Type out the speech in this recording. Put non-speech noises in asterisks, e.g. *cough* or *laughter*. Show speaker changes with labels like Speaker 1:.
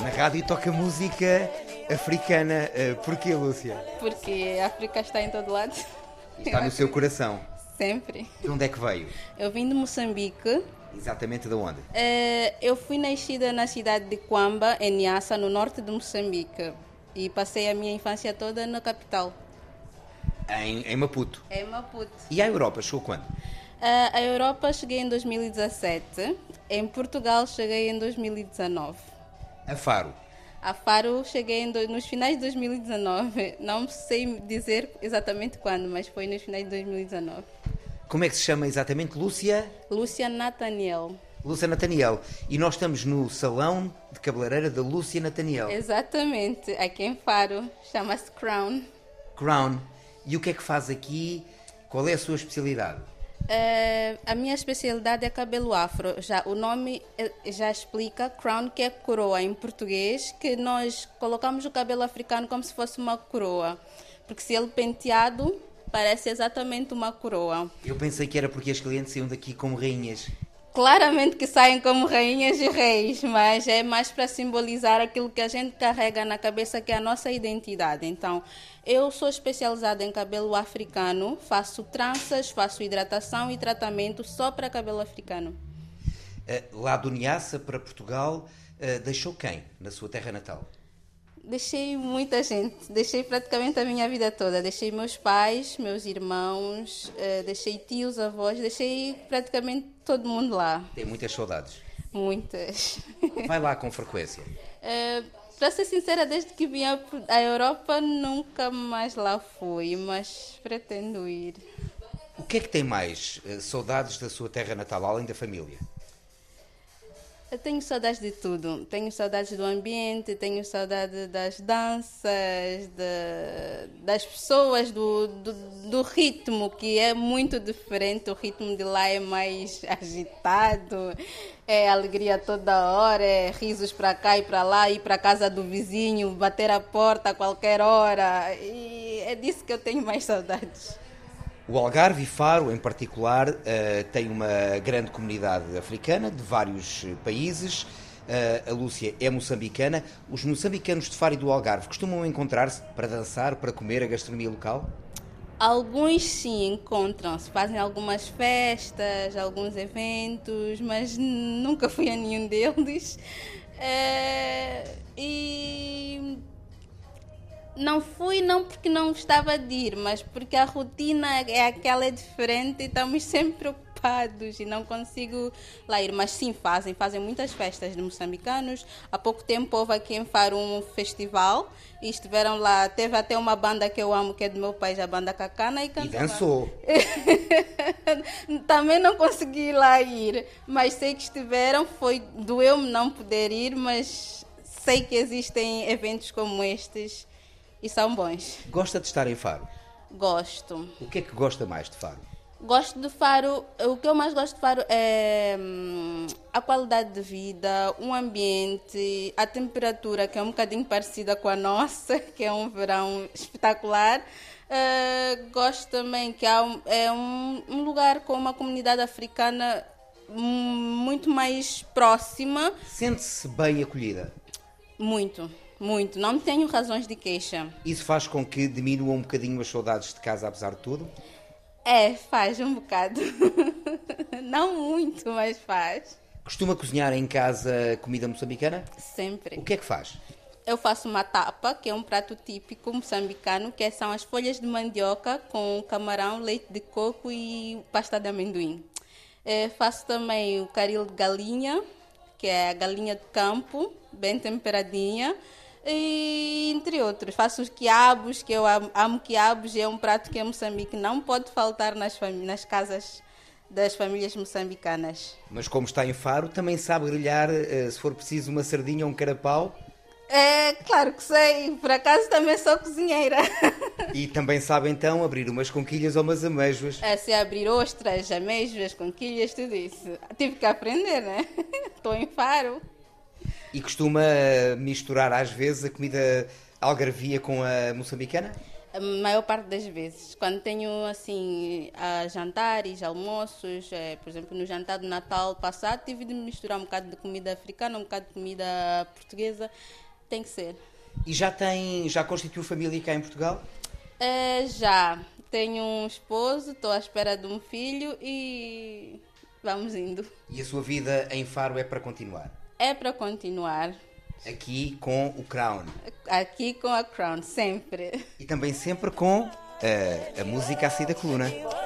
Speaker 1: Na rádio toca música africana. Eh, Porquê, Lúcia?
Speaker 2: Porque a África está em todo lado. *laughs*
Speaker 1: Está no seu coração.
Speaker 2: Sempre.
Speaker 1: De onde é que veio?
Speaker 2: Eu vim de Moçambique.
Speaker 1: Exatamente de onde?
Speaker 2: Eh, eu fui nascida na cidade de Quamba, em Niassa, no norte de Moçambique. E passei a minha infância toda na capital.
Speaker 1: Em, em Maputo.
Speaker 2: É Maputo.
Speaker 1: E à Europa chegou quando?
Speaker 2: Ah, a Europa cheguei em 2017. Em Portugal cheguei em 2019.
Speaker 1: A Faro.
Speaker 2: A Faro cheguei em do- nos finais de 2019. *laughs* Não sei dizer exatamente quando, mas foi nos finais de 2019.
Speaker 1: Como é que se chama exatamente? Lúcia?
Speaker 2: Lúcia Nathaniel.
Speaker 1: Lúcia Nathaniel. E nós estamos no salão de cabeleireira da Lúcia Nathaniel.
Speaker 2: Exatamente, aqui em Faro. Chama-se Crown.
Speaker 1: Crown. E o que é que faz aqui? Qual é a sua especialidade?
Speaker 2: Eh, a minha especialidade é cabelo afro. Já o nome eh, já explica crown, que é coroa em português, que nós colocamos o cabelo africano como se fosse uma coroa, porque se ele penteado parece exatamente uma coroa.
Speaker 1: Eu pensei que era porque as clientes saíam daqui como rainhas.
Speaker 2: Claramente que saem como rainhas e reis, mas é mais para simbolizar aquilo que a gente carrega na cabeça, que é a nossa identidade. Então, eu sou especializada em cabelo africano, faço tranças, faço hidratação e tratamento só para cabelo africano.
Speaker 1: Ah, lá do Niassa para Portugal, ah, deixou quem na sua terra natal?
Speaker 2: Deixei muita gente, deixei praticamente a minha vida toda. Deixei meus pais, meus irmãos, eh, deixei tios, avós, deixei praticamente todo mundo lá.
Speaker 1: Tem muitas saudades.
Speaker 2: Muitas. *laughs*
Speaker 1: Vai lá com frequência.
Speaker 2: Eh, para ser sincera, desde que vim à Europa nunca mais lá fui, mas pretendo ir.
Speaker 1: O que é que tem mais ah, saudades da sua terra natal, além da família?
Speaker 2: Eu tenho saudades de tudo. Tenho saudades do ambiente, tenho saudade das danças, de- das pessoas, do, do, do ritmo, que é muito diferente. O ritmo de lá é mais *laughs* agitado, é alegria toda hora, é risos para cá e para lá, ir para casa do vizinho, bater a porta a qualquer hora. E é disso que eu tenho mais saudades.
Speaker 1: O Algarve e Faro, em particular, eh, tem uma grande comunidade africana de vários eh, países. Eh, a Lúcia é moçambicana. Os moçambicanos de Faro e do Algarve costumam encontrar-se para dançar, para comer a gastronomia local?
Speaker 2: Alguns sim encontram-se, fazem algumas festas, alguns eventos, mas nunca fui a nenhum deles. *laughs* Eh, e não fui não porque não gostava de ir, mas porque a rotina é aquela é diferente e estamos *laughs* sempre preocupados e não consigo lá ir. Mas sim, fazem, fazem muitas festas de moçambicanos. Há pouco tempo houve aqui em Faro um festival e estiveram lá. Teve até uma banda que eu amo, que é do meu país, a banda Cacana, e
Speaker 1: E
Speaker 2: cantou. lá.
Speaker 1: dançou.
Speaker 2: *laughs* Também não consegui lá ir, mas sei que estiveram, foi doeu-me não poder ir, mas sei que existem eventos como estes e são bons.
Speaker 1: Gosta de estar em Faro.
Speaker 2: Gosto.
Speaker 1: O que é que gosta mais de Faro?
Speaker 2: Gosto de Faro, o que eu mais gosto de Faro é hum, a qualidade de vida, o ambiente, a temperatura, que é um bocadinho parecida com a nossa, *laughs* que é um verão espetacular. Eh, gosto também que há um- é um, um lugar com uma comunidade africana hum, muito mais próxima.
Speaker 1: Sente-se bem acolhida.
Speaker 2: Muito, muito. Não tenho razões de queixa.
Speaker 1: Isso faz com que diminua um bocadinho as saudades de casa, apesar de tudo?
Speaker 2: É, faz um bocado. *laughs* Não muito, mas faz.
Speaker 1: Costuma cozinhar em casa comida moçambicana?
Speaker 2: Sempre.
Speaker 1: O que é que faz?
Speaker 2: Eu faço uma tapa, que é um prato típico moçambicano, que são as folhas de mandioca com camarão, leite de coco e pasta de amendoim. Eh, faço também o caril de galinha, que é a galinha do campo, bem temperadinha, e entre outros. Faço os quiabos, que eu amo, amo quiabos, e é um prato que em Moçambique não pode faltar nas, fami- nas casas das famílias moçambicanas.
Speaker 1: Mas como está em Faro, também sabe grelhar, eh, se for preciso, uma sardinha ou um carapau.
Speaker 2: É, claro que sei, por acaso também sou cozinheira. *laughs*
Speaker 1: E também sabe então abrir umas conquilhas ou umas amêijoas.
Speaker 2: a se abrir ostras, amêijoas, conquilhas, tudo isso. Tive que aprender, né? *laughs* Estou em faro.
Speaker 1: E costuma eh, misturar às vezes a comida algarvia com a moçambicana?
Speaker 2: a maior parte das vezes. Quando tenho assim a jantares, almoços, eh, por exemplo, no jantar do Natal passado, tive de misturar um bocado de comida africana, um bocado de comida portuguesa. Tem que ser.
Speaker 1: E já tem, já constituiu família cá em Portugal?
Speaker 2: Eh, já tenho um esposo, estou à espera de um filho e vamos indo.
Speaker 1: E a sua vida em Faro é para continuar?
Speaker 2: É para continuar
Speaker 1: Aqui com o Crown.
Speaker 2: aqui com a Crown, sempre. *laughs*
Speaker 1: E também sempre com eh, a música assim da coluna.